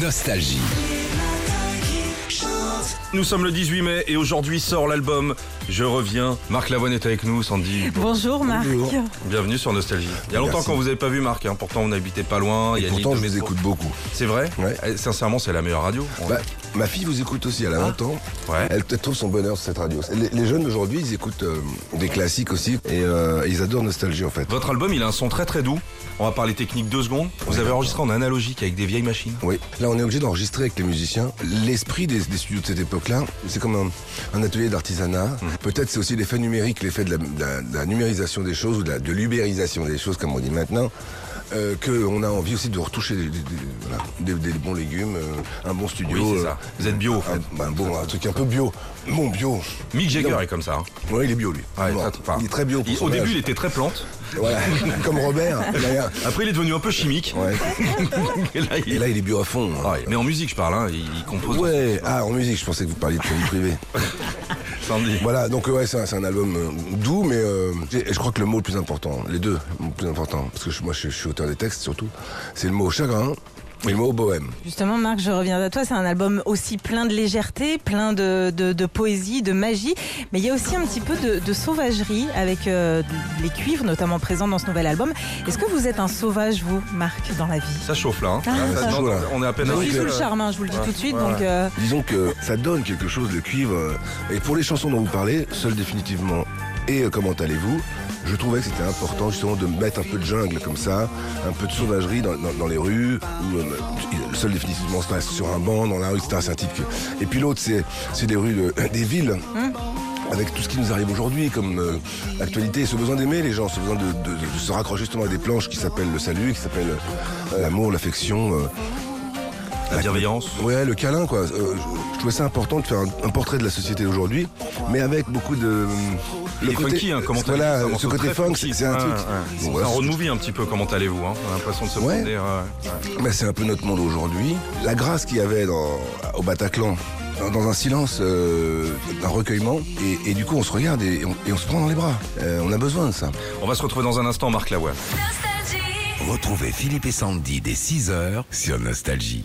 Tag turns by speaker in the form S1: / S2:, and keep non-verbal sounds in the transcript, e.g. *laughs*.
S1: Nostalgie.
S2: Nous sommes le 18 mai et aujourd'hui sort l'album Je reviens. Marc Lavoine est avec nous, Sandy.
S3: Bonjour Marc.
S2: Bienvenue sur Nostalgie. Il y a longtemps
S4: Merci.
S2: qu'on vous avait pas vu Marc, hein. pourtant on n'habitait pas loin. il y a
S4: Pourtant,
S2: Ligue
S4: je
S2: de
S4: les
S2: métro.
S4: écoute beaucoup.
S2: C'est vrai
S4: Ouais.
S2: Eh, Sincèrement, c'est la meilleure radio.
S4: Bah, ma fille vous écoute aussi, elle a
S2: Ah.
S4: 20 ans.
S2: Ouais.
S4: Elle, elle trouve son bonheur sur cette radio. Les, les jeunes d'aujourd'hui, ils écoutent euh, des classiques aussi et euh, ils adorent Nostalgie en fait.
S2: Votre album, il a un son très très doux. On va parler technique deux secondes. Vous avez enregistré en analogique avec des vieilles machines.
S4: Oui, là on est obligé d'enregistrer avec les musiciens. L'esprit des, des studios de cette époque-là, c'est comme un, un atelier d'artisanat.
S2: Mhm.
S4: Peut-être c'est aussi l'effet numérique, l'effet de la, de la- de la numérisation des choses ou de, la- de l'ubérisation des choses, comme on dit maintenant, euh, qu'on a envie aussi de retoucher des, des- des- voilà, des- des bons légumes, euh, un bon studio.
S2: Oui, c'est
S4: euh,
S2: ça. Vous êtes bio, en fait.
S4: un, bah, bon, un truc un peu bio. Bon, bio.
S2: Mick Jagger est comme ça. hein.
S4: Oui, il est bio lui.
S2: Ouais,
S4: Bon,
S2: très- enfin,
S4: il est très bio. Pour
S2: il-
S4: son
S2: au début, il
S4: âge.
S2: était très plante.
S4: Voilà, *laughs* comme Robert. d'ailleurs.
S2: Après, il est devenu un peu chimique.
S4: Ouais.
S2: *laughs* Et là, il-
S4: Et là, il est bio à fond. hein.
S2: Ah ouais, Mais en musique, je parle. hein. Il il compose.
S4: Ouais, ah, en musique, je pensais que vous parliez de produits privés.
S2: Sandy.
S4: Voilà, donc euh, ouais, c'est un, c'est un album euh, doux, mais euh, j'ai- je crois que le mot le plus important, les deux le plus important, parce que je- moi je, je suis auteur des textes surtout, c'est le mot chagrin et le mot bohème.
S3: Justement Marc, je reviens à toi. C'est un album aussi plein de légèreté, plein de, de- de poésie, de magie, mais il y a aussi un petit peu de, de sauvagerie avec euh, les cuivres notamment présents dans ce nouvel album. Est-ce que vous êtes un sauvage vous, Marc, dans la vie
S2: Ça chauffe là. hein.
S3: Ah,
S2: Là,
S4: ça
S2: ça
S4: chauffe, là.
S2: On est à peine euh,
S3: Je suis
S2: arrivé.
S3: sous le charme, hein, je vous le dis tout de suite. Donc euh,
S4: Disons que ça donne quelque chose, le cuivre. euh, et pour les chansons dont vous parlez, Seul définitivement et euh, Comment allez-vous, je trouvais que c'était important justement de mettre un peu de jungle comme ça, un peu de sauvagerie dans, dans- dans les rues, ou euh, il- Seul définitivement se passe sur un banc, dans la rue, etc. C'est un titre que- Et puis l'autre, c'est c'est des rues de- des villes. Avec tout ce qui nous arrive aujourd'hui comme euh, actualité, ce besoin d'aimer les gens, ce besoin de, de- de se raccrocher justement à des planches qui s'appellent le salut, qui s'appellent euh, l'amour, l'affection, euh,
S2: La bienveillance.
S4: Ouais, le câlin, quoi. Euh, je, je trouvais ça important de faire un, un portrait de la société d'aujourd'hui, mais avec beaucoup de. euh,
S2: Il est funky, hein, comment
S4: voilà,
S2: t'as dit,
S4: ce
S2: morceau
S4: côté
S2: très
S4: funk,
S2: funky.
S4: c'est c'est un
S2: Ouais,
S4: truc.
S2: ouais.
S4: Bon,
S2: C'est
S4: voilà,
S2: un road movie un petit peu, comment allez-vous hein On a l'impression de se
S4: Ouais.
S2: promener, ouais.
S4: mais c'est un peu notre monde aujourd'hui. La grâce qu'il y avait dans, au Bataclan, dans, dans un silence, euh, un recueillement, et, et du coup on se regarde et on, et on se prend dans les bras. Euh, on a besoin de ça.
S2: On va se retrouver dans un instant, Marc Lavoie.
S1: Retrouvez Philippe et Sandy dès 6h sur Nostalgie.